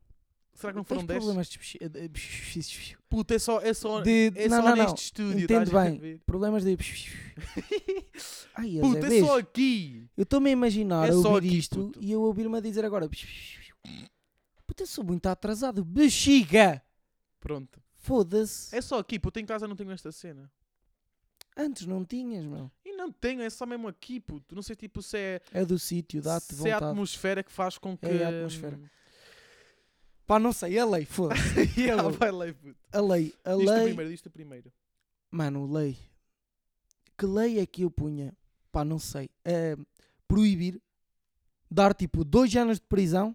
Speaker 3: Será que não
Speaker 2: Tens
Speaker 3: foram 10?
Speaker 2: problemas de... psi- de- de-
Speaker 3: Puto, é só, é só,
Speaker 2: de-
Speaker 3: é
Speaker 2: não,
Speaker 3: só
Speaker 2: não,
Speaker 3: neste
Speaker 2: não.
Speaker 3: estúdio.
Speaker 2: Entendo
Speaker 3: estás a
Speaker 2: bem.
Speaker 3: ver?
Speaker 2: Problemas de... Ai,
Speaker 3: Puto,
Speaker 2: Puta,
Speaker 3: é só aqui.
Speaker 2: Eu estou-me a imaginar
Speaker 3: É
Speaker 2: a
Speaker 3: só
Speaker 2: ouvir
Speaker 3: aqui,
Speaker 2: isto
Speaker 3: puto.
Speaker 2: e eu ouvir-me a dizer agora... Puta, eu sou muito atrasado. Bexiga!
Speaker 3: Pronto.
Speaker 2: Foda-se.
Speaker 3: É só aqui, puto. Em casa não tenho esta cena.
Speaker 2: Antes não tinhas, meu.
Speaker 3: E não tenho, é só mesmo aqui, puto. Não sei tipo se é,
Speaker 2: É do sítio,
Speaker 3: se
Speaker 2: dá-te
Speaker 3: é a
Speaker 2: vontade.
Speaker 3: atmosfera que faz com que.
Speaker 2: É a atmosfera. Pá, não sei, a lei, foda-se.
Speaker 3: Ya,
Speaker 2: Alô.
Speaker 3: vai lá, puto.
Speaker 2: A lei, a
Speaker 3: Diz-te o
Speaker 2: lei...
Speaker 3: primeiro, diz-te o primeiro.
Speaker 2: Mano, lei. Que lei é que eu punha? Pá, não sei. Eh, proibir dar tipo dois anos de prisão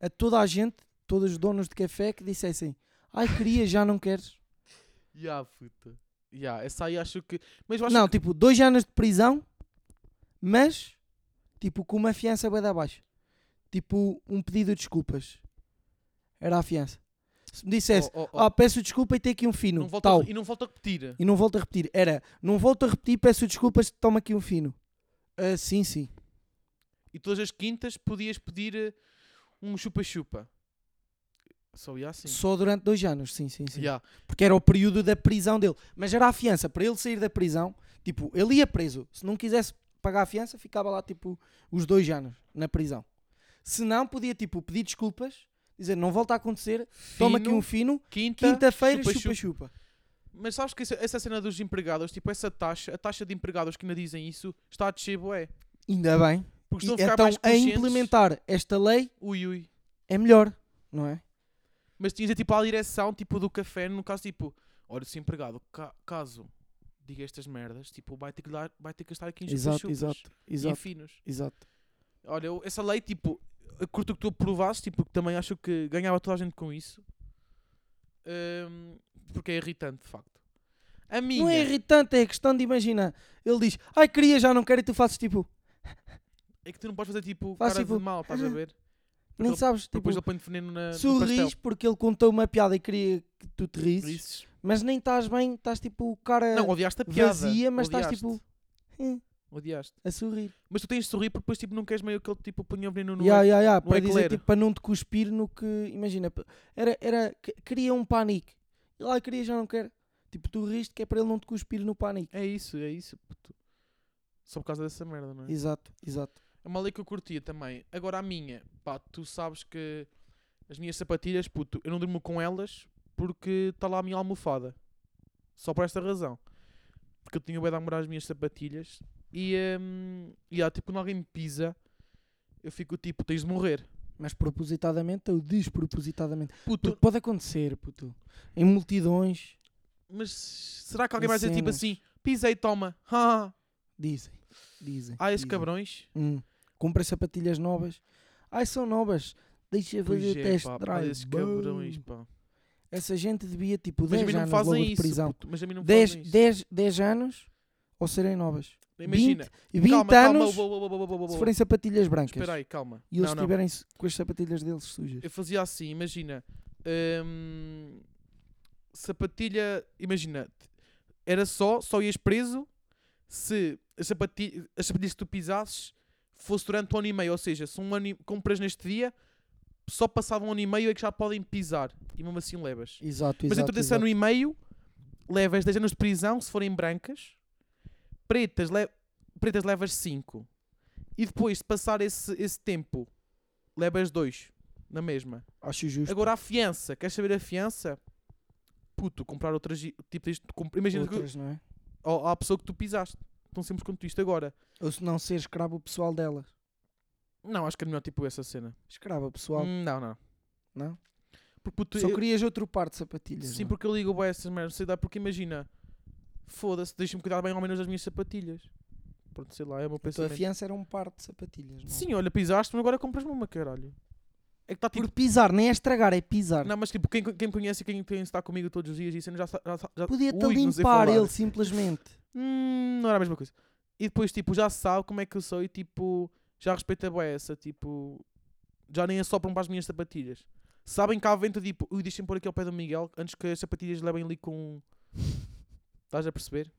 Speaker 2: a toda a gente, todos os donos de café que dissessem ai queria, já não queres.
Speaker 3: Ya, puta. Ya, essa aí acho que. Mas eu acho
Speaker 2: não,
Speaker 3: que...
Speaker 2: tipo, dois anos de prisão, mas tipo com uma fiança bem abaixo. Tipo, um pedido de desculpas. Era a fiança. Se me dissesse,
Speaker 3: Oh, oh, oh.
Speaker 2: ah, peço desculpa e tem aqui um fino.
Speaker 3: não volto
Speaker 2: tal.
Speaker 3: a... E não volto a repetir.
Speaker 2: E não volto a repetir. Era, não volto a repetir, peço desculpas, toma aqui um fino. Ah, sim, sim.
Speaker 3: E todas as quintas podias pedir eh, um chupa-chupa. Só ia assim.
Speaker 2: Só durante dois anos, sim, sim, sim.
Speaker 3: Ya.
Speaker 2: Porque era o período da prisão dele. Mas era a fiança, para ele sair da prisão, tipo, ele ia preso. Se não quisesse pagar a fiança, ficava lá, tipo, os dois anos na prisão. Se não, podia, tipo, pedir desculpas, dizer, não volta a acontecer, toma aqui
Speaker 3: Fino, tá,
Speaker 2: um fino,
Speaker 3: quinta.
Speaker 2: quinta-feira,
Speaker 3: chupa-chupa.
Speaker 2: chupa-chupa.
Speaker 3: Mas sabes que essa, essa cena dos empregados, tipo essa taxa, a taxa de empregados que ainda dizem isso, está a descer, bué.
Speaker 2: Ainda bem.
Speaker 3: Porque
Speaker 2: E
Speaker 3: estão a ficar
Speaker 2: então,
Speaker 3: mais
Speaker 2: a
Speaker 3: conscientes.
Speaker 2: implementar esta lei
Speaker 3: Ui, ui.
Speaker 2: é melhor, não é?
Speaker 3: Mas tinhas de, tipo à direção, tipo do café, no caso, tipo, olha, se empregado, ca- caso diga estas merdas, tipo, vai ter que, dar, vai ter que gastar aqui em
Speaker 2: Exato,
Speaker 3: chupa-chupas.
Speaker 2: exato,
Speaker 3: E em
Speaker 2: exato,
Speaker 3: finos.
Speaker 2: exato.
Speaker 3: Olha, eu- essa lei, tipo, eu curto que tu aprovaste, tipo, que também acho que ganhava toda a gente com isso. Ahm, porque é irritante, de facto. A minha.
Speaker 2: Não é irritante, é questão de imaginar. Ele diz, ai queria, já não quero, e tu fazes tipo,
Speaker 3: é que tu não podes fazer, tipo,
Speaker 2: Faz,
Speaker 3: cara
Speaker 2: tipo,
Speaker 3: de mal, estás a ver?
Speaker 2: nem
Speaker 3: Ele-
Speaker 2: sabes, tipo,
Speaker 3: Depois ele põe veneno na, no pastel.
Speaker 2: sorris porque ele contou uma piada e queria que tu te risses,
Speaker 3: Risses.
Speaker 2: mas nem estás bem, estás tipo o cara
Speaker 3: Não, odiaste a piada.
Speaker 2: vazia, mas estás
Speaker 3: odiaste,
Speaker 2: tipo "Hum",
Speaker 3: Odiaste.
Speaker 2: a sorrir.
Speaker 3: Mas tu tens de sorrir porque depois, tipo, não queres meio que ele, tipo, ponha o veneno no...
Speaker 2: Ya, ya, ya,
Speaker 3: no
Speaker 2: para dizer
Speaker 3: eclair.
Speaker 2: tipo, para não te cuspir no que, imagina, p- era, era, que- queria um pânico. Ele, ai queria, já não quero. Tipo, tu riste que é para ele não te cuspir no pânico.
Speaker 3: É isso, é isso, puto. Só por causa dessa merda, não é?
Speaker 2: Exato, exato.
Speaker 3: É uma lei que eu curtia também. Agora a minha, pá, tu sabes que as minhas sapatilhas, puto, eu não durmo com elas porque está lá a minha almofada. Só por esta razão. Porque eu tinha bem de namorar as minhas sapatilhas E, hum, e há, tipo, quando alguém me pisa, eu fico tipo, tens de morrer.
Speaker 2: Mas propositadamente ou despropositadamente.
Speaker 3: Puto,
Speaker 2: Porque pode acontecer, puto. Em multidões,
Speaker 3: mas será que alguém vai dizer tipo
Speaker 2: Cenas.
Speaker 3: assim, pisei, toma, ah,
Speaker 2: dizem. Dizem.
Speaker 3: ah esses
Speaker 2: dizem.
Speaker 3: cabrões?
Speaker 2: Hum. Comprei sapatilhas novas. Ai, são novas. Deixa
Speaker 3: Pois
Speaker 2: fazer
Speaker 3: é,
Speaker 2: teste
Speaker 3: pá, pá,
Speaker 2: drive.
Speaker 3: esses
Speaker 2: Bum.
Speaker 3: cabrões, pá.
Speaker 2: Essa gente devia, tipo,
Speaker 3: é Mas a mim
Speaker 2: 10
Speaker 3: não
Speaker 2: anos logo
Speaker 3: fazem
Speaker 2: de
Speaker 3: isso,
Speaker 2: prisão.
Speaker 3: puto, mas a mim não fazem
Speaker 2: 10,
Speaker 3: isso.
Speaker 2: 10, 10 anos ou serem novas.
Speaker 3: Imagina,
Speaker 2: 20, 20
Speaker 3: calma, calma,
Speaker 2: anos
Speaker 3: boa, boa, boa, boa, boa, boa.
Speaker 2: se forem sapatilhas brancas.
Speaker 3: Espera aí, calma.
Speaker 2: E eles
Speaker 3: Não, não.
Speaker 2: estiverem su- com as sapatilhas deles sujas.
Speaker 3: Eu fazia assim, imagina. hum, sapatilha. Imagina. Era só, só ias preso se as sapatilhas, as sapatilhas que tu pisasses fosse durante um ano e meio. Ou seja, se um ano e, compras neste dia, só passava um ano e meio é que já podem pisar. E mesmo assim levas.
Speaker 2: Exato,
Speaker 3: Mas
Speaker 2: exato.
Speaker 3: dentro desse
Speaker 2: exato.
Speaker 3: ano e meio, levas 10 anos de prisão se forem brancas. Pretas, le pretas levas 5. E depois, de passar esse, esse tempo, levas 2 na mesma.
Speaker 2: Acho justo.
Speaker 3: Agora a fiança, queres saber a fiança? Puto, comprar outras. gi- Tipo, isto, comp- imagina que
Speaker 2: Outras, não é?
Speaker 3: ou, à pessoa que tu pisaste. Tão simples quanto isto agora.
Speaker 2: Ou se não ser escravo pessoal delas.
Speaker 3: Não, acho que é melhor tipo essa cena.
Speaker 2: Escrava pessoal.
Speaker 3: Hum, Não, não.
Speaker 2: Não?
Speaker 3: Porque, puto,
Speaker 2: Só
Speaker 3: eu-
Speaker 2: querias outro par de sapatilhas.
Speaker 3: sim,
Speaker 2: não é?
Speaker 3: porque eu ligo bué a essas merdas, sei lá, porque imagina, foda-se, deixa-me cuidar bem ao menos das minhas sapatilhas. Pronto, sei lá, é o meu
Speaker 2: A tua
Speaker 3: pensamento.
Speaker 2: fiança era um par de sapatilhas. Não? é?
Speaker 3: Sim, olha, pisaste-me, agora compras-me uma, caralho. É que está tipo.
Speaker 2: Por pisar, nem é estragar, é pisar.
Speaker 3: Não, mas tipo, quem, quem me conhece e quem, quem está comigo todos os dias e isso já, sa- já, sa- já
Speaker 2: Podia-te
Speaker 3: Ui, não sei
Speaker 2: limpar
Speaker 3: falar.
Speaker 2: ele simplesmente.
Speaker 3: Hum, não era a mesma coisa. E depois, tipo, já sabe como é que eu sou e, tipo, já respeita bem essa, tipo, já nem assopram para as um minhas sapatilhas. Sabem que há vento, tipo, ui, deixem pôr aqui ao pé do Miguel antes que as sapatilhas levem ali com. Estás a perceber?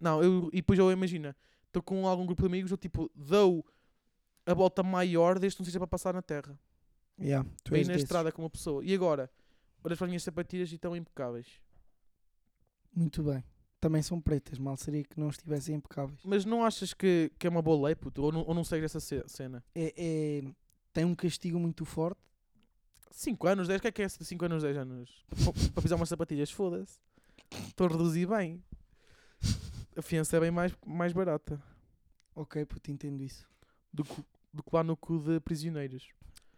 Speaker 3: Não, eu, e depois eu imagino, estou com algum grupo de amigos, eu, tipo, dou a volta maior desde que não seja para passar na terra.
Speaker 2: Yeah, tu
Speaker 3: Bem
Speaker 2: és
Speaker 3: na
Speaker 2: desses.
Speaker 3: estrada com uma pessoa. E agora? Olhas para as minhas sapatilhas e estão impecáveis.
Speaker 2: Muito bem. Também são pretas, mal seria que não estivessem impecáveis.
Speaker 3: Mas não achas que, que é uma boa lei, puto? Ou não, ou não segues essa ce- cena?
Speaker 2: É, é- tem um castigo muito forte.
Speaker 3: 5 anos, 10, o que é que é 5 anos, 10 anos? Pa- Para pisar umas sapatilhas, foda-se. Estou a reduzir bem. A fiança é bem mais, mais barata
Speaker 2: Ok, puto, entendo isso.
Speaker 3: do que, do que lá no cu de prisioneiros.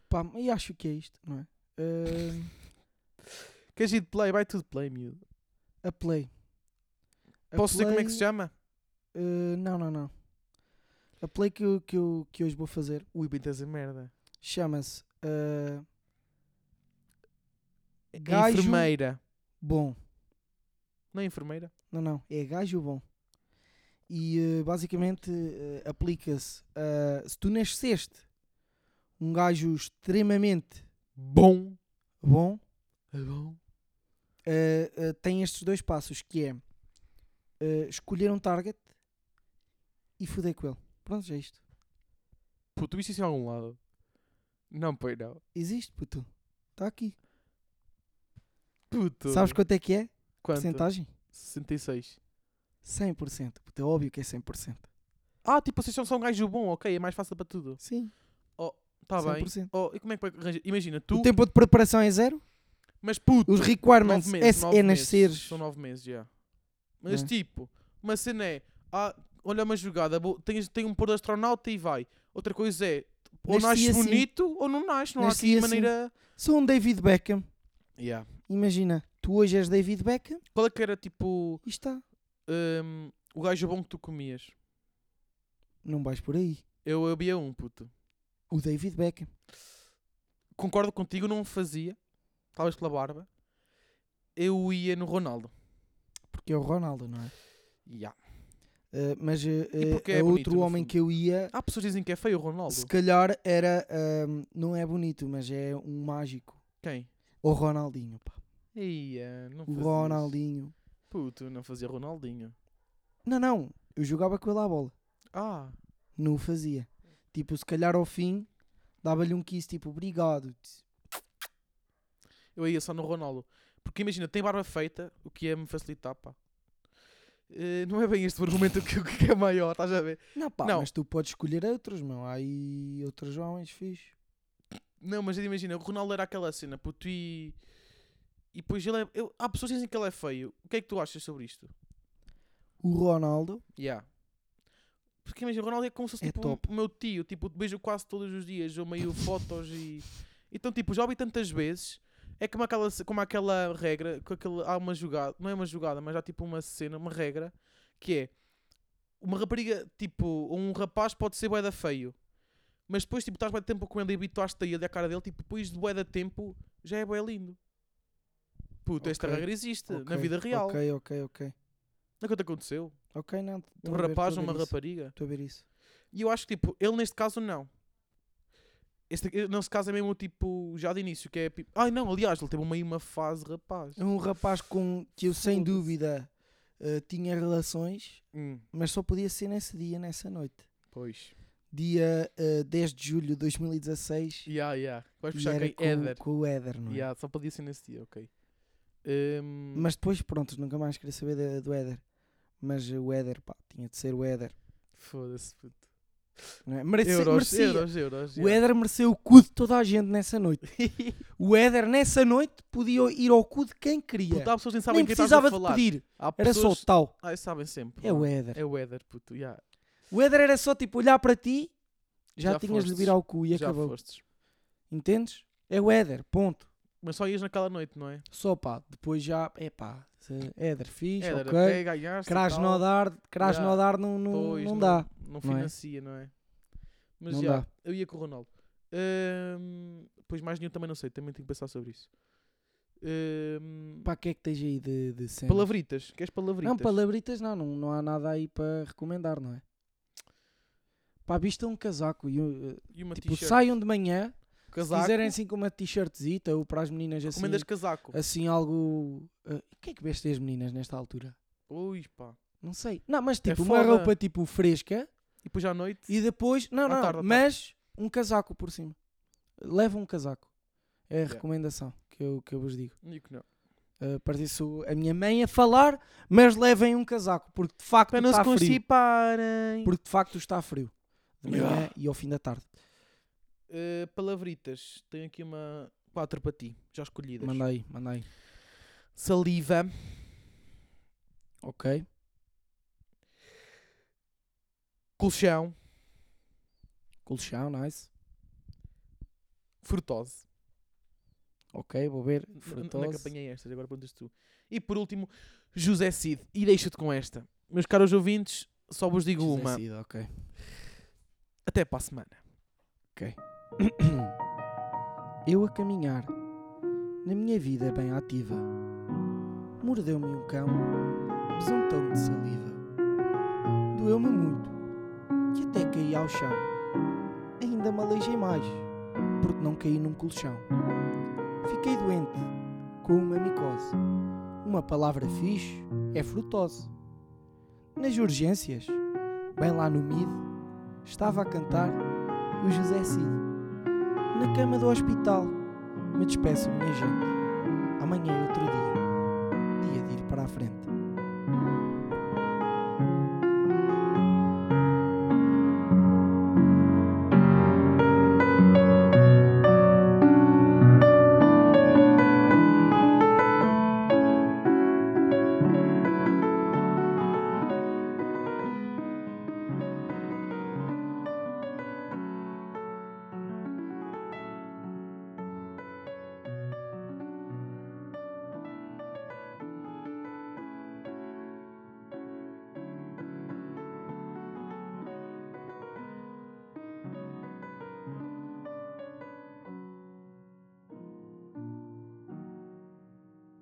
Speaker 2: Pá, e acho que é isto, não é? Ah, Ahm,
Speaker 3: Queres ir é de play? Vai tudo de play, miúdo.
Speaker 2: a Play. A
Speaker 3: Posso dizer como é que se
Speaker 2: Play,
Speaker 3: chama?
Speaker 2: ah, não, não, não. A Play que, eu- que, eu, que hoje vou fazer
Speaker 3: Ui, bem, tens a merda.
Speaker 2: chama-se ah,
Speaker 3: É
Speaker 2: Gajo-
Speaker 3: Enfermeira.
Speaker 2: Bom.
Speaker 3: Não é enfermeira?
Speaker 2: Não, não. É gajo bom. E eh, basicamente eh, aplica-se. a- se tu nasceste um gajo extremamente
Speaker 3: Bom.
Speaker 2: bom,
Speaker 3: É bom.
Speaker 2: eh, eh, tem estes dois passos: que é eh, escolher um target e foder com ele. Pronto, já é isto.
Speaker 3: Puto, viste isso em algum lado? Não, pois não.
Speaker 2: Existe, puto. Está aqui.
Speaker 3: Puto.
Speaker 2: Sabes quanto é que é?
Speaker 3: quanto?
Speaker 2: Porcentagem?
Speaker 3: 66.
Speaker 2: 100%. Puto, é óbvio que é 100%.
Speaker 3: Ah, tipo, vocês são só um gajo bom, ok. É mais fácil para tudo.
Speaker 2: Sim,
Speaker 3: Está bem.
Speaker 2: 100%.
Speaker 3: Oh, e como é que vai arranjar? Imagina, tu...
Speaker 2: O tempo de preparação é zero.
Speaker 3: Mas puto...
Speaker 2: Os requirements
Speaker 3: nove
Speaker 2: é,
Speaker 3: nove
Speaker 2: é nasceres.
Speaker 3: São nove meses, já. Mas
Speaker 2: Não é?
Speaker 3: tipo, uma cena é... Ah, olha uma jogada, vou- tens, tem um pôr de astronauta e vai. Outra coisa é... Ou
Speaker 2: Nasci
Speaker 3: nasces
Speaker 2: assim.
Speaker 3: bonito ou não nasces. Não
Speaker 2: Nasci
Speaker 3: há aqui
Speaker 2: assim.
Speaker 3: maneira...
Speaker 2: Sou um David Beckham.
Speaker 3: Yeah.
Speaker 2: Imagina, tu hoje és David Beckham
Speaker 3: Qual é que era, tipo,
Speaker 2: e está.
Speaker 3: hum, o gajo bom que tu comias?
Speaker 2: Não vais por aí.
Speaker 3: Eu havia um, puto.
Speaker 2: O David Beckham.
Speaker 3: Concordo contigo, não o fazia. Talvez pela barba. Eu ia no Ronaldo.
Speaker 2: Porque é o Ronaldo, não é?
Speaker 3: Yeah.
Speaker 2: Eh, mas eh,
Speaker 3: E porque
Speaker 2: eh,
Speaker 3: é
Speaker 2: a
Speaker 3: bonito,
Speaker 2: outro
Speaker 3: no
Speaker 2: homem
Speaker 3: fundo.
Speaker 2: que eu ia,
Speaker 3: Há pessoas que dizem que é feio o Ronaldo.
Speaker 2: se calhar era. ahm, não é bonito, mas é um mágico.
Speaker 3: Quem?
Speaker 2: O Ronaldinho, pá.
Speaker 3: Ia, não
Speaker 2: O
Speaker 3: fazia.
Speaker 2: Ronaldinho.
Speaker 3: Puto, não fazia Ronaldinho.
Speaker 2: Não, não. Eu jogava com ele à bola.
Speaker 3: Ah,
Speaker 2: Não o fazia. Tipo, se calhar ao fim, dava-lhe um kiss, tipo, obrigado.
Speaker 3: eu ia só no Ronaldo. Porque imagina, tem barba feita, o que ia me facilitar, pá. Eh, não é bem este o argumento que, que é maior, estás a ver?
Speaker 2: Não, pá,
Speaker 3: Não.
Speaker 2: mas tu podes escolher outros, meu. Há aí outros homens fixe.
Speaker 3: Não, mas imagina, o Ronaldo era aquela cena, puto, e. E depois ele é. eu- há pessoas que dizem que ele é feio. O que é que tu achas sobre isto?
Speaker 2: O Ronaldo
Speaker 3: Yeah. Porque imagina, o Ronaldo é como se fosse
Speaker 2: É
Speaker 3: tipo,
Speaker 2: top.
Speaker 3: o meu tio, tipo, beijo quase todos os dias, eu meio fotos e. Então, tipo, já ouvi tantas vezes. É como aquela, como aquela regra, com aquele, há uma jogada, não é uma jogada, mas há tipo uma cena, uma regra, que é uma rapariga, tipo, um rapaz pode ser bué da feio, mas depois, tipo, estás bué de tempo com ele e habituaste-te a ele e à cara dele, tipo, depois de bué da tempo, já é bué lindo. Puta, esta
Speaker 2: Ok.
Speaker 3: regra existe, na
Speaker 2: Ok,
Speaker 3: vida real.
Speaker 2: Ok, ok, ok.
Speaker 3: Não é que te aconteceu?
Speaker 2: Ok, não.
Speaker 3: Um
Speaker 2: estou a ver,
Speaker 3: rapaz ou
Speaker 2: estou a
Speaker 3: uma
Speaker 2: ver isso,
Speaker 3: rapariga?
Speaker 2: Estou a ver isso.
Speaker 3: E eu acho que, tipo, ele neste caso não. Este, nesse caso é mesmo, tipo, já de início, que é... pi- Ai, não, aliás, ele teve meio uma fase rapaz.
Speaker 2: É um rapaz com que eu sem
Speaker 3: Foda-se.
Speaker 2: dúvida eh, tinha relações,
Speaker 3: Hum,
Speaker 2: mas só podia ser nesse dia, nessa noite.
Speaker 3: pois.
Speaker 2: Dia eh, 10 de julho de 2016
Speaker 3: Ya, ya. Vais
Speaker 2: e
Speaker 3: puxar
Speaker 2: era
Speaker 3: aqui
Speaker 2: com,
Speaker 3: Éder.
Speaker 2: com o Éder, não é?
Speaker 3: Ya, só podia ser nesse dia, ok. Hum,
Speaker 2: Mas depois, pronto, nunca mais queria saber da- do Éder. Mas eh, o Éder, pá, tinha de ser o Éder.
Speaker 3: Foda-se, puto.
Speaker 2: Não é? Merece-
Speaker 3: Euros,
Speaker 2: merecia.
Speaker 3: euros, euros.
Speaker 2: O
Speaker 3: ya.
Speaker 2: Éder mereceu o cu de toda a gente nessa noite. O Éder, nessa noite, podia ir ao cu de quem queria.
Speaker 3: Puto, há pessoas que nem sabem
Speaker 2: Nem
Speaker 3: quem estás a
Speaker 2: precisava de
Speaker 3: falar.
Speaker 2: pedir.
Speaker 3: Há
Speaker 2: Era só
Speaker 3: pessoas...
Speaker 2: tal.
Speaker 3: Ah, sabem sempre.
Speaker 2: É o
Speaker 3: pá.
Speaker 2: Éder.
Speaker 3: É o Éder, puto, ya.
Speaker 2: O Éder era só tipo olhar para ti, já,
Speaker 3: Já
Speaker 2: tinhas de
Speaker 3: fostes.
Speaker 2: vir ao cu e
Speaker 3: Já
Speaker 2: acabou.
Speaker 3: fostes.
Speaker 2: Entendes? É o Éder, ponto.
Speaker 3: Mas só ias naquela noite, não é?
Speaker 2: Só pá, depois já, é pá, se- Éder fixe,
Speaker 3: Éder,
Speaker 2: ok.
Speaker 3: até ganhaste e
Speaker 2: Crash
Speaker 3: tal.
Speaker 2: no dar, crash
Speaker 3: Já.
Speaker 2: no dar não, não,
Speaker 3: Pois,
Speaker 2: não dá.
Speaker 3: Não
Speaker 2: não é?
Speaker 3: financia, não é? Mas
Speaker 2: Não
Speaker 3: já,
Speaker 2: dá.
Speaker 3: eu ia com o Ronaldo. Ahm, pois mais nenhum também não sei, também tenho que pensar sobre isso. Ahm,
Speaker 2: Pá, o que é que tens aí de, de cena?
Speaker 3: palavritas, queres palavritas?
Speaker 2: Não, palabritas não, não, não há nada aí para recomendar, não é? Pá, vista um casaco e um, eh,
Speaker 3: E uma
Speaker 2: tipo,
Speaker 3: t-shirt.
Speaker 2: saiam de manhã,
Speaker 3: casaco.
Speaker 2: se quiserem assim com uma t-shirtzita ou para as meninas assim,
Speaker 3: Recomendas casaco.
Speaker 2: assim algo... eh, O que é que vestem as meninas nesta altura?
Speaker 3: Ui, pá.
Speaker 2: Não sei. Não, mas tipo, uma
Speaker 3: É foda.
Speaker 2: roupa tipo fresca
Speaker 3: E depois à noite,
Speaker 2: e depois. Não,
Speaker 3: À
Speaker 2: não,
Speaker 3: tarde, à
Speaker 2: mas um casaco por cima. Leva um casaco. É a
Speaker 3: Yeah.
Speaker 2: recomendação que eu, que eu vos digo.
Speaker 3: digo que não.
Speaker 2: Uh, Parece a minha mãe a falar, mas levem um casaco, porque de facto
Speaker 3: Para não
Speaker 2: está
Speaker 3: se
Speaker 2: frio.
Speaker 3: constiparem.
Speaker 2: Porque de facto está frio. De manhã
Speaker 3: Yeah.
Speaker 2: e ao fim da tarde.
Speaker 3: Ah, palavritas, tenho aqui uma. Quatro para ti, já escolhidas.
Speaker 2: Manda aí, manda aí.
Speaker 3: Saliva.
Speaker 2: Ok.
Speaker 3: Colchão.
Speaker 2: Colchão, nice.
Speaker 3: Frutose.
Speaker 2: Ok, vou ver.
Speaker 3: N- Onde é que
Speaker 2: Frutose.
Speaker 3: apanhei estas? Agora perguntas tu. E por último, José Cid. E deixo-te com esta. Meus caros ouvintes, só vos digo uma.
Speaker 2: Desacida, ok.
Speaker 3: Até para a semana.
Speaker 2: Eu a caminhar, na minha vida bem ativa, mordeu-me um cão, besuntão de saliva. Doeu-me muito, que até caí ao chão. Ainda me aleijei mais, porque não caí num colchão. Fiquei doente, com uma micose. Uma palavra fixe é frutose. Nas urgências, bem lá no MID, estava a cantar o José Cid na cama do hospital. Me despeço, minha gente. Amanhã é outro dia. Dia de ir para a frente.